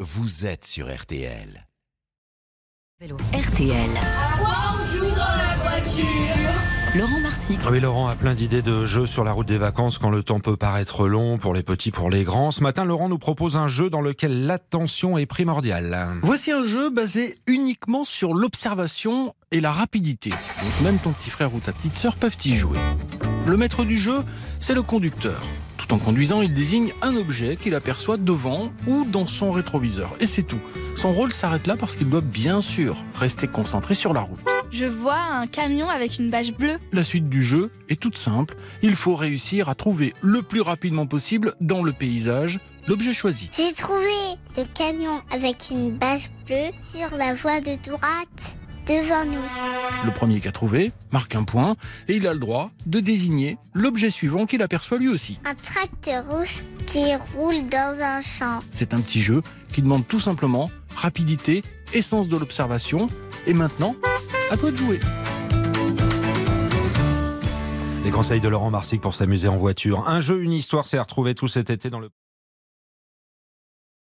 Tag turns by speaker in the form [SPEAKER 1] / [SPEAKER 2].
[SPEAKER 1] vous êtes sur RTL.
[SPEAKER 2] RTL. Laurent Marsic.
[SPEAKER 3] Oui, Laurent a plein d'idées de jeux sur la route des vacances quand le temps peut paraître long pour les petits, pour les grands. Ce matin, Laurent nous propose un jeu dans lequel l'attention est primordiale.
[SPEAKER 4] Voici un jeu basé uniquement sur l'observation et la rapidité. Donc même ton petit frère ou ta petite sœur peuvent y jouer. Le maître du jeu, c'est le conducteur. Tout en conduisant, il désigne un objet qu'il aperçoit devant ou dans son rétroviseur. Et c'est tout. Son rôle s'arrête là parce qu'il doit bien sûr rester concentré sur la route.
[SPEAKER 5] Je vois un camion avec une bâche bleue.
[SPEAKER 4] La suite du jeu est toute simple. Il faut réussir à trouver le plus rapidement possible dans le paysage l'objet choisi.
[SPEAKER 6] J'ai trouvé le camion avec une bâche bleue sur la voie de droite devant nous.
[SPEAKER 4] Le premier qu'a trouvé marque un point et il a le droit de désigner l'objet suivant qu'il aperçoit lui aussi.
[SPEAKER 6] Un tracteur rouge qui roule dans un champ.
[SPEAKER 4] C'est un petit jeu qui demande tout simplement rapidité, essence de l'observation et maintenant, à toi de jouer.
[SPEAKER 3] Les conseils de Laurent Marsic pour s'amuser en voiture. Un jeu, une histoire, c'est à retrouver tout cet été dans le...